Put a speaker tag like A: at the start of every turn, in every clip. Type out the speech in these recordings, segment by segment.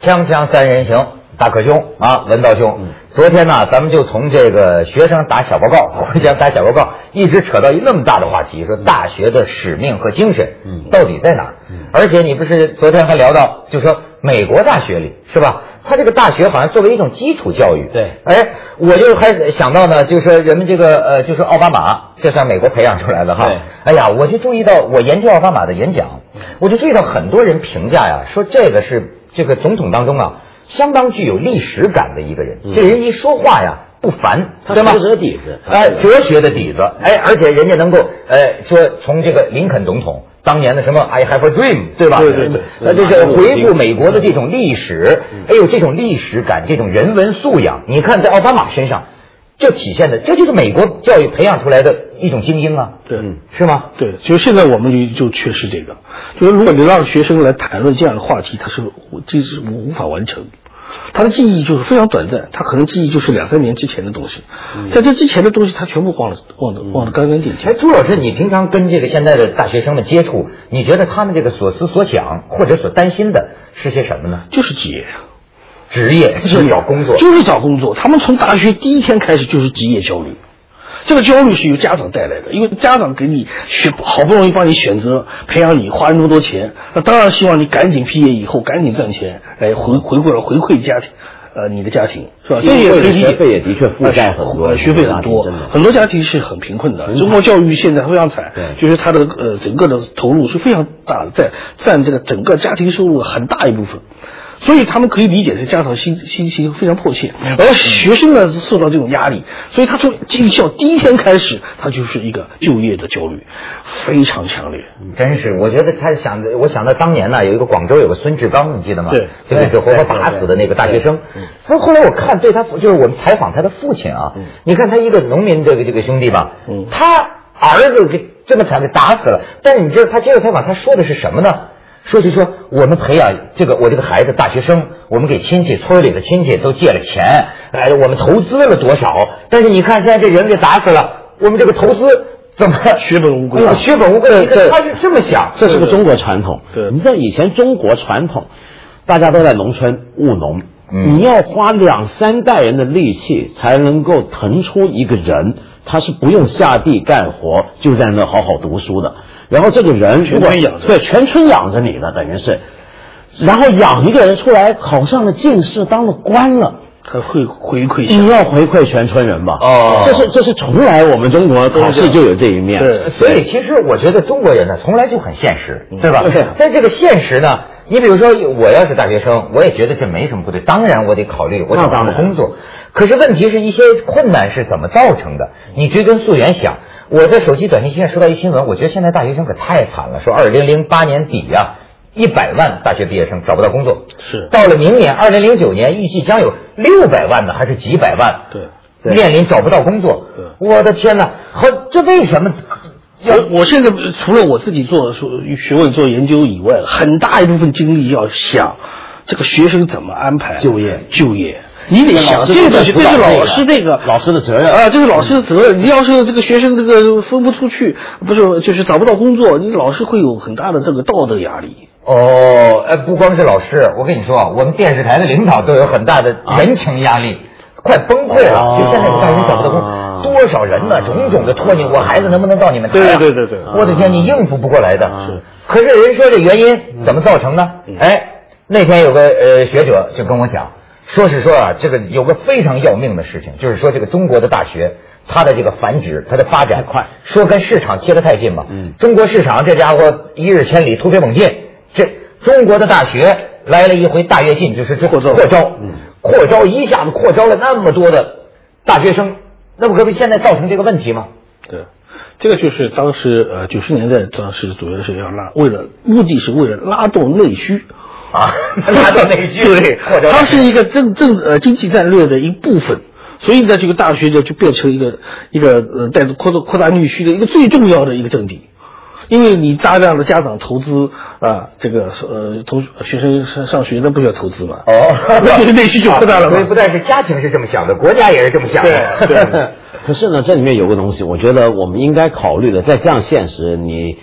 A: 锵锵三人行，大可兄啊，文道
B: 嗯
A: 兄，昨天呢、咱们就从这个学生打小报告， 互相打小报告，一直扯到一那么大的话题，说大学的使命和精神，
B: 嗯
A: 到底在哪儿？而且你不是昨天还聊到，就说美国大学里是吧？他这个大学好像作为一种基础教育，
B: 对
A: 哎，我就还想到呢，就是说人们这个呃，就是奥巴马，这算美国培养出来的哈
B: 对。
A: 哎呀，我就注意到，我研究奥巴马的演讲，我就注意到很多人评价呀，说这个是这个总统当中啊，相当具有历史感的一个人。这人一说话呀，不凡，
B: 他
A: 对吗？
B: 哲学底子
A: 哎，哲学的底子，哎，而且人家能够，呃，说从这个林肯总统当年的什么 I have a dream，对吧？
B: 对对对
A: 那就是回顾美国的这种历史，哎呦，这种历史感，这种人文素养，你看在奥巴马身上，这体现的，这就是美国教育培养出来的一种精英啊，
C: 对，
B: 嗯
A: 是吗？
C: 对，其实现在我们就就缺失这个，就是如果你让学生来谈论这样的话题，他是无这是无无法完成，他的记忆就是非常短暂，他可能记忆就是两三年之前的东西，
B: 嗯
C: 在这之前的东西他全部忘了忘了忘得干干净净
A: 哎，。朱老师，你平常跟这个现在的大学生们接触，你觉得他们这个所思所想或者所担心的是些什么呢？
C: 就是职业，
A: 职业，就是找工作，
C: 就是找工作。他们从大学第一天开始就是职业焦虑，这个焦虑是由家长带来的，因为家长给你选，好不容易帮你选择培养你，花那么多钱，那当然希望你赶紧毕业以后赶紧赚钱来回回馈回馈家庭。呃，你的家庭是吧？
B: 因
C: 这
B: 为
C: 也可以理解。
B: 学费也的确负债很多
C: 呃学费很多
B: 真的，
C: 很多家庭是很贫困的。中国教育现在非常惨，
B: 对
C: 就是它的呃整个的投入是非常大的，在占这个整个家庭收入很大一部分。所以他们可以理解这家长心心情非常迫切，而学生呢受到这种压力，所以他从进校第一天开始，他就是一个就业的焦虑，非常强烈。
A: 真是，我觉得他想的，我想到当年呢，有一个广州有个孙志刚，你记得吗？
C: 对嗯
A: 就是被活活打死的那个大学生。所以后来我看对他父，就是我们采访他的父亲啊，你看他一个农民这个这个兄弟吧，
C: 嗯
A: 他儿子给这么惨给打死了，但是你知道他接受采访他说的是什么呢？说就说我们培养这个我这个孩子大学生，我们给亲戚村里的亲戚都借了钱，哎，我们投资了多少？但是你看现在这人给打死了，我们这个投资怎么
C: 血本无归啊
A: 哎呦血本无归，你看他是这么想，
B: 这是个中国传统。
C: 对
B: 你知道以前中国传统，大家都在农村务农，
A: 嗯
B: 你要花两三代人的力气才能够腾出一个人，他是不用下地干活，就在那好好读书的。然后这个人如
C: 全
B: 果
C: 村养着
B: 对全村养着你的，等于是，然后养一个人出来考上了进士，当了官了。
C: 他会回馈
B: 你
C: 下，
B: 要回馈全村人吧？
A: 哦
B: 这是这是从来我们中国考试就有这一面。
C: 对
A: 所以其实我觉得中国人呢，从来就很现实，对吧
B: 嗯对？
A: 但这个现实呢，你比如说我要是大学生，我也觉得这没什么不对，当然我得考虑我找
B: 那
A: 什
B: 当
A: 么
B: 然
A: 工作。可是问题是一些困难是怎么造成的？你追根溯源想，我在手机短信现在收到一新闻，我觉得现在大学生可太惨了，说二零零八年底呀、1一百万大学毕业生找不到工作，
C: 是
A: 到了明年二零零九年，预计将有六百万的还是几百万
C: 对。
B: 对
A: 面临找不到工作。我的天哪，和这为什么要
C: 我我现在除了我自己做做学问、做研究以外，很大一部分精力要想这个学生怎么安排
B: 就业
C: 就业。你得想
B: 老师
C: 这个东
B: 的
C: 西，
B: 辅
C: 这
B: 导
C: 是
B: 那
C: 老
B: 个
C: 师这个
B: 老师的责任
C: 啊，这是老师的责任。你要是这个学生这个分不出去，不是就是找不到工作，你老师会有很大的这个道德压力。
A: 哦，呃，不光是老师，我跟你说啊，我们电视台的领导都有很大的人情压力，快崩溃了。
B: 哦
A: 就现在大学找不到工
B: 啊
A: 作，多少人呢？种种的托你，我孩子能不能到你们台、啊？
C: 对对对对
A: 我的天，你应付不过来的。
B: 是。
A: 可啊是人说这原因怎么造成呢？哎，那天有个呃学者就跟我讲，说是说啊，这个有个非常要命的事情，就是说这个中国的大学。它的这个繁殖，它的发展
B: 快，
A: 说跟市场贴得太近嘛，
B: 嗯
A: 中国市场这家伙一日千里，突飞猛进。这中国的大学来了一回大跃进，就是这扩招，扩招，扩招一下子扩招了那么多的大学生，那不可不现在造成这个问题吗？
C: 对，这个就是当时呃九十年代，当时主要是要拉，为了目的是为了拉动内需。
A: 啊，拉到内需，
C: 对
A: 扩，招，
C: 它是一个政政呃经济战略的一部分，所以呢，这个大学就就变成一个一个呃带着扩大扩大内需的一个最重要的一个阵地。因为你大量的家长投资啊，这个呃，同学生上上学那不需要投资嘛？
A: 哦
C: 那就是内需就扩大 了
A: 所以
C: 嘛
A: 不。但是家庭是这么想的，国家也是这么想的。
C: 对 对
B: 可是呢，这里面有个东西，我觉得我们应该考虑的。在这样现实，你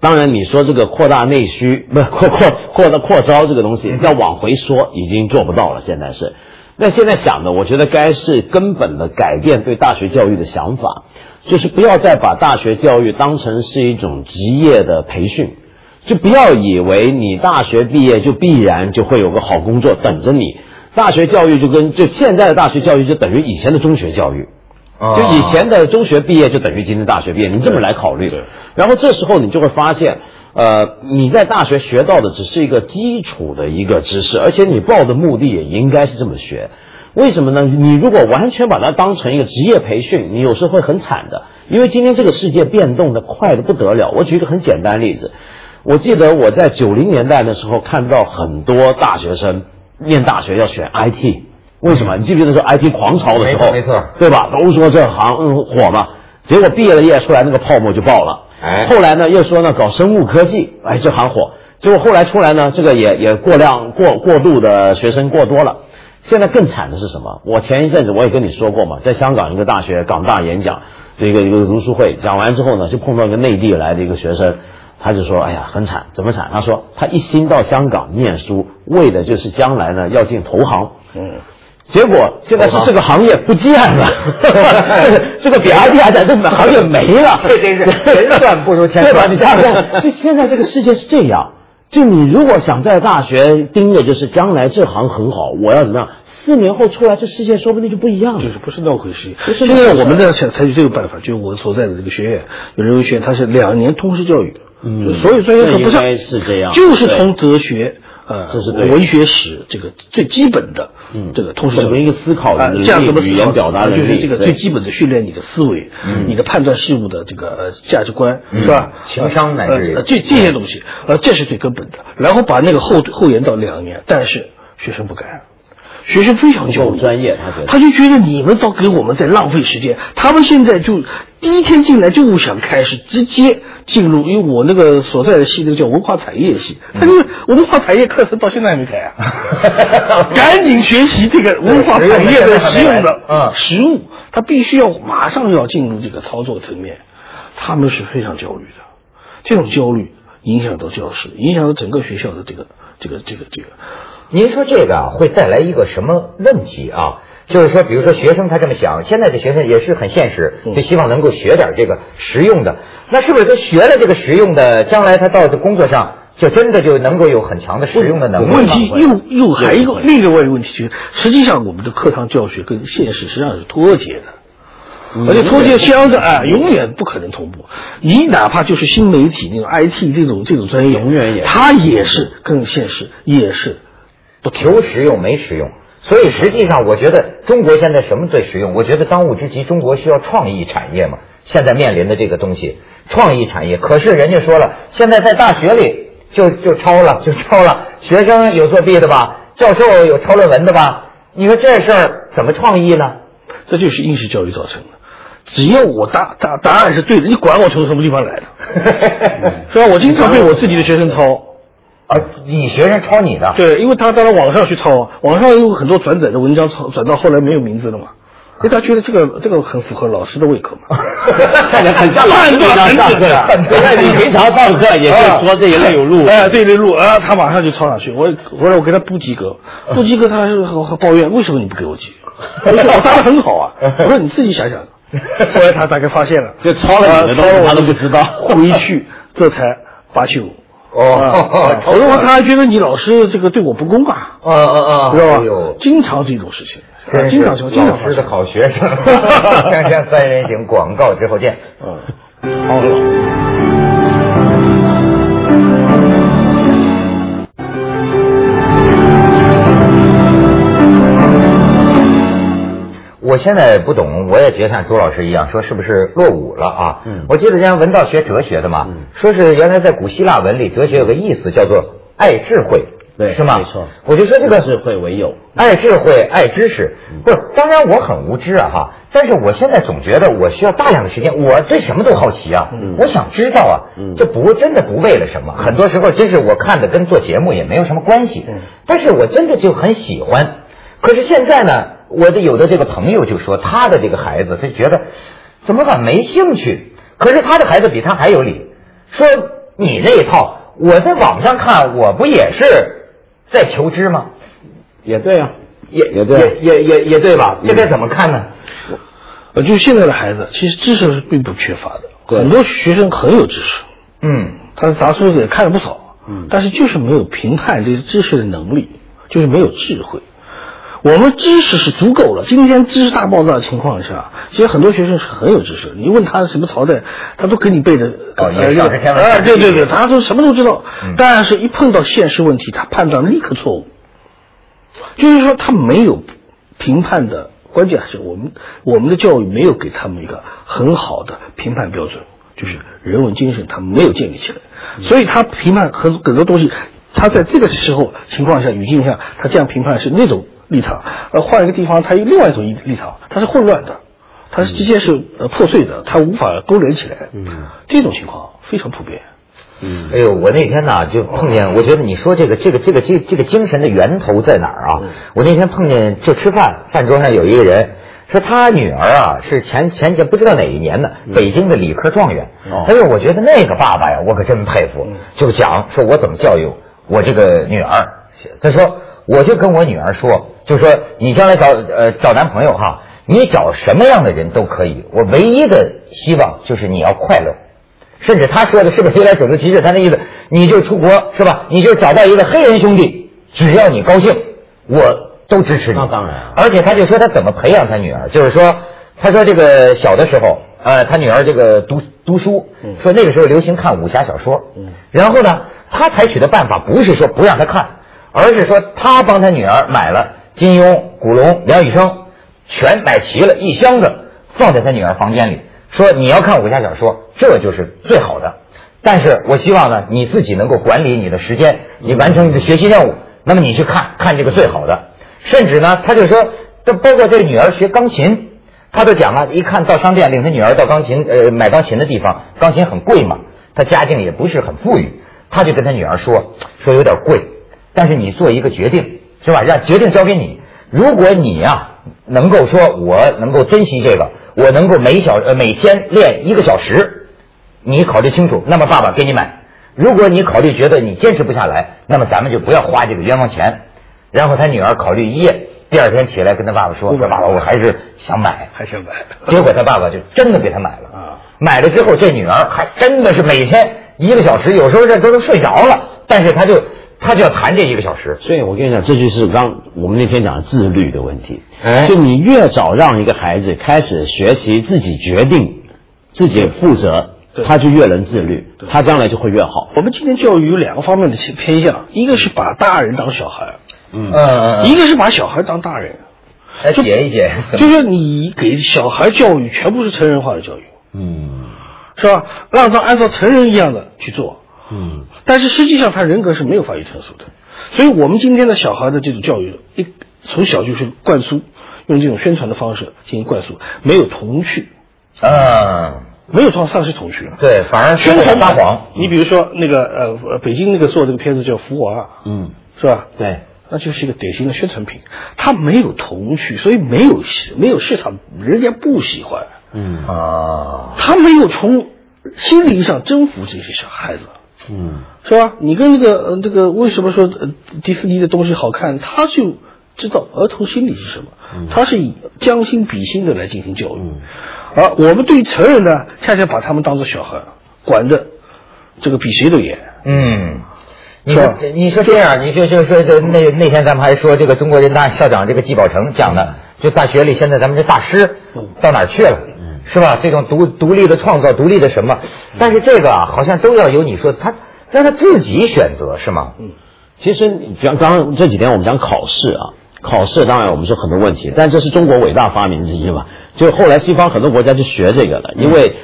B: 当然，你说这个扩大内需， 不扩扩扩大扩招这个东西，要往回说，已经做不到了。现在是，那现在想的，我觉得该是根本的改变对大学教育的想法，就是不要再把大学教育当成是一种职业的培训，就不要以为你大学毕业就必然就会有个好工作等着你。大学教育就跟就现在的大学教育就等于以前的中学教育。
A: 啊哦
B: 就以前的中学毕业就等于今天大学毕业，你这么来考虑
C: 对。
B: 然后这时候你就会发现，呃，你在大学学到的只是一个基础的一个知识，而且你报的目的也应该是这么学。为什么呢？你如果完全把它当成一个职业培训，你有时候会很惨的，因为今天这个世界变动的快的不得了。我举一个很简单的例子，我记得我在九零年代的时候看到很多大学生念大学要选 IT，为什么？你记不记得说 IT 狂潮的时候？
A: 没错没错
B: 对吧？都说这行嗯火嘛，结果毕了业出来那个泡沫就爆了。
A: 哎
B: 后来呢又说呢搞生物科技，哎这行火，结果后来出来呢这个也也过量过过度的学生过多了。现在更惨的是什么？我前一阵子我也跟你说过嘛，在香港一个大学港大演讲，这个一个读书会讲完之后呢，就碰到一个内地来的一个学生，他就说：“哎呀，很惨，怎么惨？”他说他一心到香港念书，为的就是将来呢要进投行。
C: 嗯，
B: 结果现在是这个行业不见了， 这个比 IT 还惨，这个行业没 了。
A: 这真是人算不如天
B: 对吧？
A: 算
B: 你想想看，就现在这个世界是这样。就你如果想在大学盯着，就是将来这行很好，我要怎么样？四年后出来，这世界说不定就不一样
C: 就
B: 了。
C: 是不是那回事。
B: 是
C: 现
B: 那回
C: 在
B: 事
C: 我们在采采取这个办法，就是我所在的这个学院有人文学院，它是两年通识教育，
B: 嗯
C: 就所有专业课不
B: 那应该是这样
C: 就是从哲学。呃，
B: 这是对
C: 文学史这个最基本的，
B: 嗯
C: 这个通识教育
B: 怎么一个思考
C: 啊
B: 能力
C: 这样怎么思
B: 语
C: 考
B: 言表达能力
C: 啊就是这个
B: 对嗯
C: 最基本的训练你的思维，你的判断事物的这个呃价值观，是吧？
A: 情商乃至于
C: 呃这这些东西，呃，这是最根本的。然后把那个后后延到两年，但是学生不干，学生非常焦
B: 够
C: 虑，
B: 专业，他觉 得
C: 他就觉得你们倒给我们在浪费时间。他们现在就第一天进来就想开始直接进入，因为我那个所在的系那个叫文化产业系，
B: 嗯
C: 他就是文化产业课程到现在还没开 啊，赶紧学习这个文化产业的实用的
A: 嗯
C: 实务，他必须要马上要进入这个操作层面，他们是非常焦虑的。这种焦虑影响到教师，影响到整个学校的这个这个这个这个。
A: 您说这个啊会带来一个什么问题啊？就是说，比如说学生他这么想，现在的学生也是很现实，
C: 嗯
A: 就希望能够学点这个实用的。那是不是他学了这个实用的，将来他到这工作上就真的就能够有很强的实用的能力？
C: 问题又又还一个
B: 会
C: 另一个问题就是，实际上我们的课堂教学跟现实实际上是脱节的，
B: 嗯
C: 而且脱节相着啊，永远不可能同步。你哪怕就是新媒体那种 IT 这种这种专业，
B: 永远也
C: 它也是跟现实也是不同。
A: 求实用没实用。所以实际上，我觉得中国现在什么最实用？我觉得当务之急，中国需要创意产业嘛。现在面临的这个东西，创意产业。可是人家说了，现在在大学里就就抄了，就抄了。学生有作弊的吧？教授有抄论文的吧？你说这事儿怎么创意 呢？
C: 这就是应试教育造成的。只要我答答答案是对的，你管我从什么地方来 的，是吧？我经常被我自己的学生抄。
A: 啊，你学生抄你的，
C: 对，因为他到了网上去抄啊，网上有很多转载的文章抄，转到后来没有名字了嘛，因为他觉得这个这个很符合老师的胃口嘛。
B: 看起来很像老师平常上
C: 判
B: 课
C: 断很准
B: 那你平常上课也会说这一类有路。
C: 哎，这一类路啊，他马上就抄上去。我回来我给他补及格，
B: 嗯
C: 补及格他还还还抱怨为什么你不给我及格？我说我答的很好 啊，我说你自己想想。后来他大概发现了，
B: 就抄了你的东西
C: 啊抄了我
B: 他都不知道
C: 回去这才八七五。
A: 哦
C: 啊
A: 抄
C: 我
A: 了
C: 说他还觉得你老师这个对我不公啊。
A: 嗯嗯嗯，
C: 知道
A: 哎
C: 吧
A: 呦？
C: 经常这种事情，
A: 真
C: 啊
A: 是
C: 经常经常
A: 老
C: 发
A: 师的
C: 生。
A: 好学 生。锵锵三人行，广告之后见。
C: 嗯。
B: 好了。
A: 我现在不懂，我也觉得像周老师一样，说是不是落伍了啊？
B: 嗯
A: 我记得人家文道学哲学的嘛，
B: 嗯
A: 说是原来在古希腊文里，哲学有个意思叫做爱智慧，
B: 对
A: 是吗？
B: 没错
A: 我就说这个
B: 以智慧为友，
A: 爱智慧，爱知识。不是，当然我很无知啊哈，但是我现在总觉得我需要大量的时间，我对什么都好奇啊，我想知道啊，
B: 嗯
A: 这不真的不为了什么，很多时候真是我看的跟做节目也没有什么关系，但是我真的就很喜欢。可是现在呢，我的有的这个朋友就说他的这个孩子，他觉得怎么把没兴趣，可是他的孩子比他还有理，说你这一套，我在网上看，我不也是在求知吗？
B: 也对啊，
A: 也
B: 也对啊嗯
A: 也也也也对吧？这该怎么看呢？
C: 呃，就是现在的孩子，其实知识是并不缺乏的，
B: 对
C: 很多学生很有知识，
A: 嗯，
C: 他杂书也看了不少，嗯，但是就是没有评判这些知识的能力，就是没有智慧。我们知识是足够了，今天知识大爆炸的情况下，其实很多学生是很有知识的。你问他什么朝代，他都给你背的。
A: 哦也是
C: 啊
A: 二十天了嗯
C: 对对对，他说什么都知道，但是一碰到现实问题，他判断立刻错误。就是说他没有评判的，关键还是我们我们的教育没有给他们一个很好的评判标准，就是人文精神他没有建立起来，所以他评判很很多东西，他在这个时候情况下语境下，他这样评判是那种立场，而换一个地方他有另外一种立场，他是混乱的。它是之间是呃破碎的，它无法勾连起来。嗯，这种情况非常普遍。
A: 哎呦，我那天呐就碰见，我觉得你说这个这个这个这这个精神的源头在哪儿啊？我那天碰见就吃饭，饭桌上有一个人说他女儿啊是前前前不知道哪一年的北京的理科状元，哎呦，我觉得那个爸爸呀，我可真佩服。就讲说我怎么教育我这个女儿，他说我就跟我女儿说，就说你将来找呃找男朋友哈，你找什么样的人都可以，我唯一的希望就是你要快乐。甚至他说的是不是有点种族歧视？他那意思，你就出国是吧？你就找到一个黑人兄弟，只要你高兴，我都支持你。
B: 那当然啊
A: 而且他就说他怎么培养他女儿，就是说，他说这个小的时候，呃，他女儿这个读读书，说那个时候流行看武侠小说，然后呢，他采取的办法不是说不让他看，而是说他帮他女儿买了金庸、古龙、梁羽生，全买齐了一箱子，放在他女儿房间里，说你要看武侠小说，这就是最好的。但是我希望呢，你自己能够管理你的时间，你完成你的学习任务，那么你去看看这个最好的。甚至呢，他就说，这包括这女儿学钢琴，他都讲啊，一看到商店领他女儿到钢琴呃买钢琴的地方，钢琴很贵嘛，他家境也不是很富裕，他就跟他女儿说，说有点贵，但是你做一个决定是吧？让决定交给你，如果你呀、能够说我能够珍惜这个，我能够每小呃每天练一个小时，你考虑清楚，那么爸爸给你买。如果你考虑觉得你坚持不下来，那么咱们就不要花这个冤枉钱。然后他女儿考虑一夜，第二天起来跟他爸爸说：“说爸爸，我还是想买。
C: 还想买？”
A: 结果他爸爸就真的给他买了。买了之后，这女儿还真的是每天一个小时，有时候这都都睡着了，但是他就他就要谈这一个小时。
B: 所以我跟你讲，这就是刚我们那天讲的自律的问题。
A: 哎
B: 就你越早让一个孩子开始学习自己决定、自己负责
C: 对，
B: 他就越能自律，他将来就会越好。
C: 我们今天教育有两个方面的偏向，一个是把大人当小孩，
A: 嗯嗯哎
C: 一个是把小孩当大人。
A: 来解一解。
C: 就是你给小孩教育全部是成人化的教育，
B: 嗯
C: 是吧？让他按照成人一样的去做，
B: 嗯，
C: 但是实际上他人格是没有发育成熟的，所以我们今天的小孩的这种教育，一从小就是灌输，用这种宣传的方式进行灌输，没有童趣，
A: 嗯，
C: 没有创丧失童趣了。
A: 对，反而是
C: 宣传
A: 撒谎。
C: 你比如说那个呃，呃北京那个做这个片子叫《福娃》，
B: 嗯，
C: 是吧？
B: 对，
C: 那就是一个典型的宣传品，它没有童趣，所以没有市没有市场，人家不喜欢。
B: 嗯
A: 啊，
C: 他没有从心理上征服这些小孩子，
B: 嗯，
C: 是吧？你跟那个呃这个为什么说呃迪士尼的东西好看？他就知道儿童心理是什么，他是以将心比心的来进行教育，而我们对成人呢，恰恰把他们当做小孩，管的这个比谁都严。
A: 嗯，你
C: 是
A: 说
C: 吧
A: 你说这样，你就就说这那那天咱们还说这个中国人大校长这个季宝成讲
C: 嗯
A: 的，就大学里现在咱们这大师到哪儿去了？
C: 嗯
A: 是吧？这种独独立的创造，独立的什么？但是这个啊，好像都要由你说他让他自己选择是吗？
C: 嗯
B: 其实你讲，刚刚这几天我们讲考试啊，考试当然我们说很多问题，但这是中国伟大发明之一嘛。就后来西方很多国家就学这个了，因为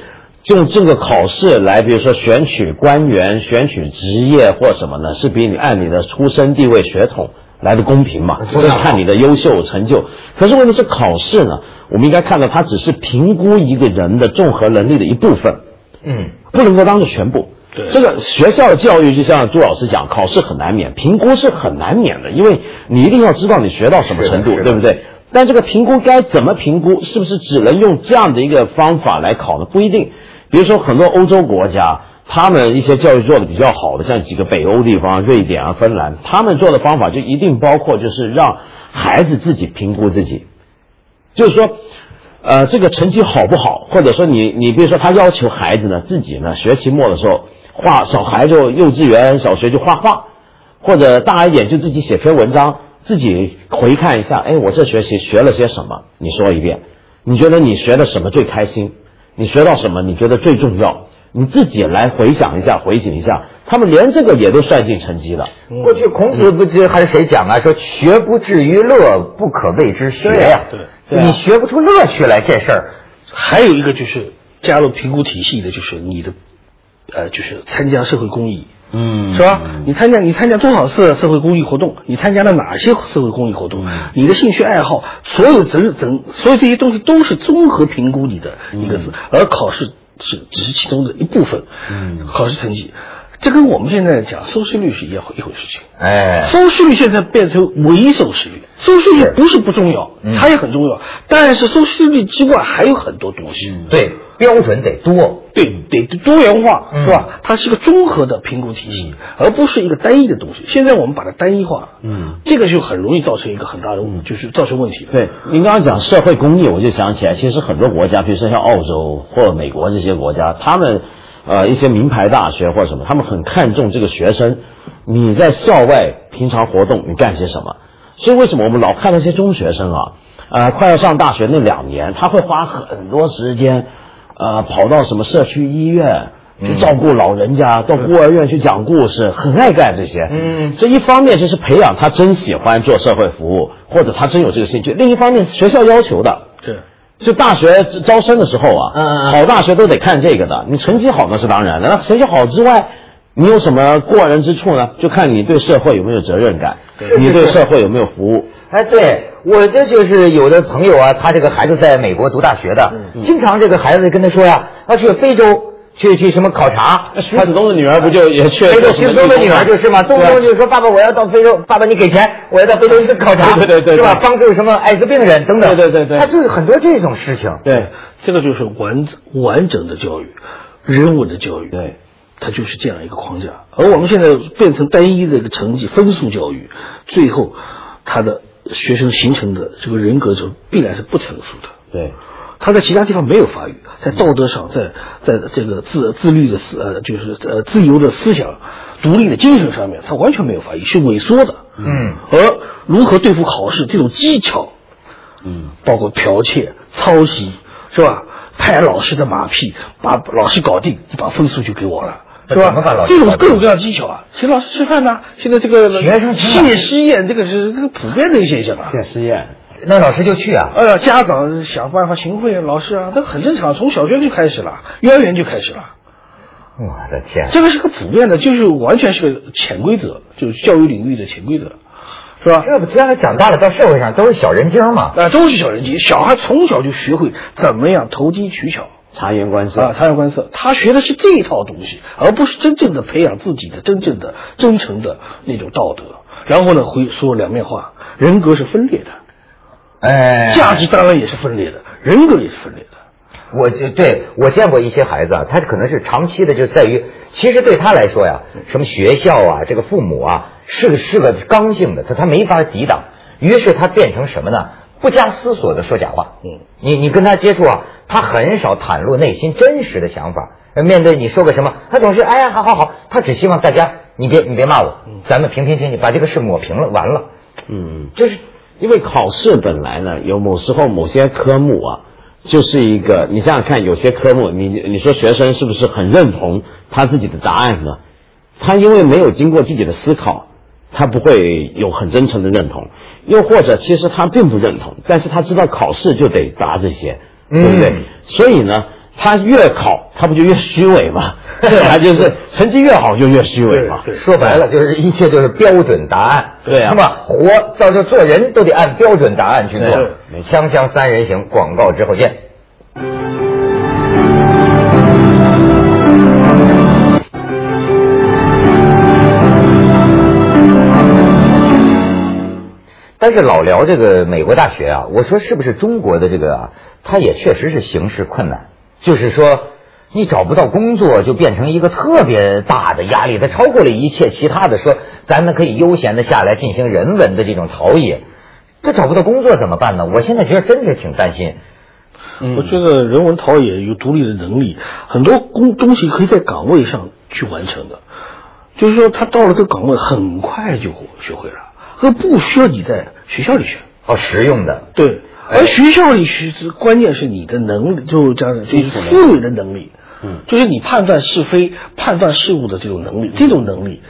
B: 用这个考试来，比如说选取官员、选取职业或什么呢，是比你按你的出身地位、血统来的公平嘛，
A: 非常好
B: 就是看你的优秀成就。可是问题是考试呢，我们应该看到它只是评估一个人的综合能力的一部分。
A: 嗯，
B: 不能够当做全部。
C: 对
B: 这个学校的教育，就像朱老师讲，考试很难免，评估是很难免的，因为你一定要知道你学到什么程度
A: 是的是，的
B: 对不对？但这个评估该怎么评估？是不是只能用这样的一个方法来考呢？不一定。比如说很多欧洲国家，他们一些教育做的比较好的，像几个北欧地方，瑞典啊、芬兰，他们做的方法就一定包括就是让孩子自己评估自己，就是说，呃，这个成绩好不好，或者说你你比如说他要求孩子呢自己呢学期末的时候画小孩就幼稚园、小学就画画，或者大一点就自己写篇文章，自己回看一下，哎，我这学期学了些什么？你说一遍，你觉得你学的什么最开心？你学到什么？你觉得最重要？你自己来回想一下，回想一下，他们连这个也都算进成绩了。
C: 嗯
A: 过去孔子不知还是谁讲啊，说学不至于乐，不可谓之学呀、
C: 对啊呀
B: 对呀
A: 你学不出乐趣来，这事儿
C: 还有一个就是加入评估体系的，就是你的，呃，就是参加社会公益，
B: 嗯
C: 是吧？你参加你参加多少次社会公益活动？你参加了哪些社会公益活动？你的兴趣爱好，所有整整所有这些东西都是综合评估你的一个字，而考试是只是其中的一部分。嗯，考试成绩，这跟我们现在讲收视率是一样一回事情。
A: 哎，
C: 收视率现在变成唯收视率，收视率不是不重要，它也很重要，但是收视率之外还有很多东西。
A: 对，标准得多。
B: 嗯
C: 对，得多元化
A: 嗯
C: 是吧？它是个综合的评估体系，而不是一个单一的东西。现在我们把它单一化，
B: 嗯，
C: 这个就很容易造成一个很大的，就是造成问题。，
B: 对，您刚刚讲社会公益，我就想起来，其实很多国家，比如说像澳洲或美国这些国家，他们呃一些名牌大学或者什么，他们很看重这个学生你在校外平常活动你干些什么。所以为什么我们老看那些中学生啊，呃，快要上大学那两年，他会花很多时间，呃，跑到什么社区医院。
A: 嗯
B: 去照顾老人家，到孤儿院去讲故事，很爱干这些。
A: 嗯
B: 这一方面就是培养他真喜欢做社会服务，或者他真有这个兴趣；另一方面，学校要求的，
C: 对，
B: 就大学招生的时候啊，
A: 嗯嗯嗯
B: 好大学都得看这个的。你成绩好那是当然的，那成绩好之外，你有什么过人之处呢？就看你对社会有没有责任感，你对社会有没有服务。
A: 哎，对我这就是有的朋友啊，他这个孩子在美国读大学的，
B: 嗯
A: 经常这个孩子跟他说呀，要去非洲去去什么考察。
B: 那徐子东的女儿不就也去了
C: 哎
A: 非洲
B: 什么
A: 徐东的女儿就是嘛，
B: 对
A: 动
B: 啊
A: 不动就说爸爸我要到非洲，爸爸你给钱，我要到非洲去考察，
B: 对对对对
A: 是吧？
B: 对
A: 帮助什么艾滋病人等等，
B: 对对对对
A: 他就是很多这种事情。
B: 对
C: 这个就是完完整的教育，人文的教育。
B: 对，
C: 它就是这样一个框架。而我们现在变成单一的一个成绩分数教育，最后他的学生形成的这个人格就必然是不成熟的。
B: 对，
C: 他在其他地方没有发育，啊在道德上，在在这个自自律的思呃，就是呃自由的思想、独立的精神上面，他完全没有发育，是萎缩的。
A: 嗯，
C: 而如何对付考试这种技巧，嗯，包括剽窃、抄袭，是吧？拍老师的马屁，把老师搞定，你把分数就给我了。是
A: 怎么把老
C: 吧？
A: 师
C: 这种
A: 搞定
C: 各种各样的技巧啊，请老师吃饭呐、现在这个
A: 学生吃饭
C: 谢师宴，这个是这个普遍的一个现象啊。
B: 谢师宴。
A: 那老师就去啊，
C: 呃，家长想办法行贿老师啊，这很正常，从小学就开始了，幼儿园就开始了，
A: 我的天，
C: 这个是个普遍的，就是完全是个潜规则，就是教育领域的潜规则，是吧？
A: 这不将来长大了到社会上都是小人精嘛
C: 啊、？都是小人精，小孩从小就学会怎么样投机取巧
B: 察言观色
C: 啊，察言观色，他学的是这一套东西，而不是真正的培养自己的真正的真诚的那种道德。然后呢，会说两面话，人格是分裂的，
A: 哎，
C: 价值当然也是分裂的，人格也是分裂的。
A: 我就对我见过一些孩子啊，他可能是长期的，就在于其实对他来说呀，什么学校啊，这个父母啊，是个是个刚性的，他他没法抵挡，于是他变成什么呢？不加思索的说假话。
C: 嗯，
A: 你你跟他接触啊，他很少袒露内心真实的想法。呃面对你说个什么，他总是哎呀好好好，他只希望大家你别你别骂我，咱们平平静静把这个事抹平了，完了，
B: 嗯，
A: 就是
B: 因为考试本来呢，有某时候某些科目啊，就是一个你想想看，有些科目你你说学生是不是很认同他自己的答案呢？他因为没有经过自己的思考，他不会有很真诚的认同，又或者其实他并不认同，但是他知道考试就得答这些，对不对？
A: 嗯
B: 所以呢。他越考，他不就越虚伪吗？他就是成绩越好就越虚伪嘛。
C: 对对
A: 说白了，就是一切就是标准答案，
B: 对啊
A: 是吧？活照着做人都得按标准答案去做
B: 对没。错
A: 锵锵三人行，广告之后见。但是老聊这个美国大学啊，我说是不是中国的这个啊，它也确实是形势困难，就是说你找不到工作就变成一个特别大的压力，它超过了一切其他的说，咱们可以悠闲的下来进行人文的这种陶冶。这找不到工作怎么办呢？我现在觉得真是挺担心。
C: 我觉得人文陶冶有独立的能力，很多工东西可以在岗位上去完成的，就是说他到了这个岗位，很快就学会了，而不需要你在学校里学。
A: 哦，实用的。
C: 对，哎而学校里学，关键是你的能力，就这样的，就是思维的能力，嗯，就是你判断是非、判断事物的这种能力，这种能力，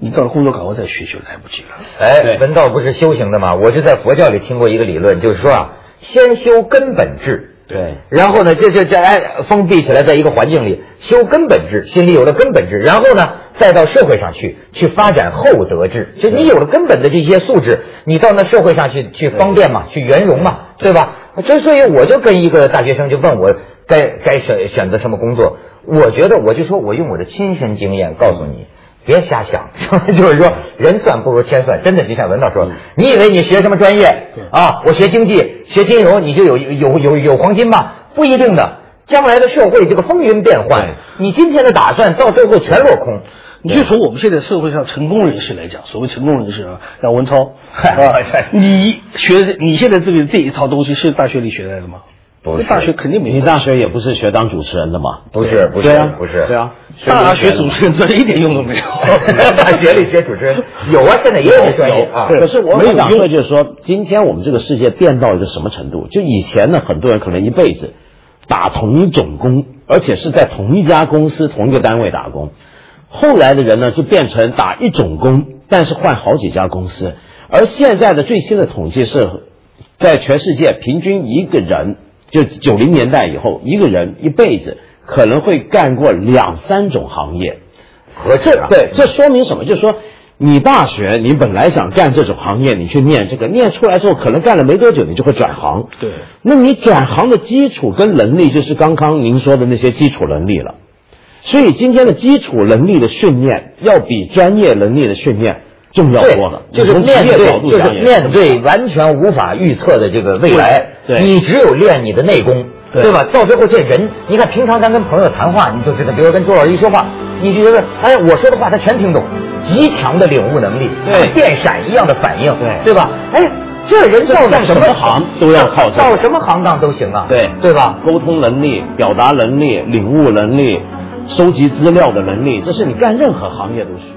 C: 你到了工作岗位再学就来不及了。
A: 哎
B: 对，
A: 文道不是修行的吗？我就在佛教里听过一个理论，就是说啊，先修根本智，
B: 对，
A: 然后呢，这这这哎，封闭起来，在一个环境里修根本智，心里有了根本智，然后呢，再到社会上去去发展厚德智，就你有了根本的这些素质，你到那社会上去去方便嘛，去圆融嘛，对吧？之所以我就跟一个大学生就问我该该选选择什么工作，我觉得我就说我用我的亲身经验告诉你。别瞎想， 就是说人算不如天算，真的就像文道说，你以为你学什么专业啊？我学经济，学金融，你就有有有有黄金吗？不一定的，将来的社会这个风云变
B: 对
A: 幻，你今天的打算到最后全落空。
C: 你就从我们现在社会上成功人士来讲，所谓成功人士啊，像 文超
A: 嗨
C: 啊，你学的你现在这个这一套东西是大学里学来的吗？
A: 不是
C: 大学肯定没
B: 你
C: 有。
B: 大学也不是学当主持人的嘛？
A: 不是不是
B: 对啊
A: 不是
B: 对啊，
C: 大学
B: 文学
C: 主
B: 的
C: 持人专业一点用都没有。
A: 大学里学主持人有啊，现在也有这专业啊
B: 嘛。。可是我
C: 哦没有
B: 我想
C: 用
B: 说，就是说，今天我们这个世界变到一个什么程度？就以前呢，很多人可能一辈子打同一种工，而且是在同一家公司、同一个单位打工。后来的人呢，就变成打一种工，但是换好几家公司。而现在的最新的统计是，在全世界平均一个人，就九零年代以后，一个人一辈子可能会干过两三种行业。
A: 合适啊。
B: 对，这说明什么？就是说，你大学你本来想干这种行业，你去念这个，念出来之后可能干了没多久，你就会转行。
C: 对，
B: 那你转行的基础跟能力，就是刚刚您说的那些基础能力了。所以今天的基础能力的训练，要比专业能力的训练重要
A: 对
B: 多了。，
A: 就是
B: 从职
A: 面
B: 业角
A: 对，
B: 度
A: 就是
B: 讲也
A: 面对完全无法预测的这个未来，
B: 对对
A: 你只有练你的内功，
B: 对
A: 吧？到最后这人，你看平常咱跟朋友谈话，你就知道，比如跟周老师一说话，你就觉得，哎，我说的话他全听懂，极强的领悟能力，
B: 对
A: 像电闪一样的反应，
B: 对
A: 对吧？哎，这人到了
B: 这干什么行都要靠这个
A: 到什么行当都行啊，
B: 对
A: 对吧？
B: 沟通能力、表达能力、领悟能力、收集资料的能力，这是你干任何行业都需要。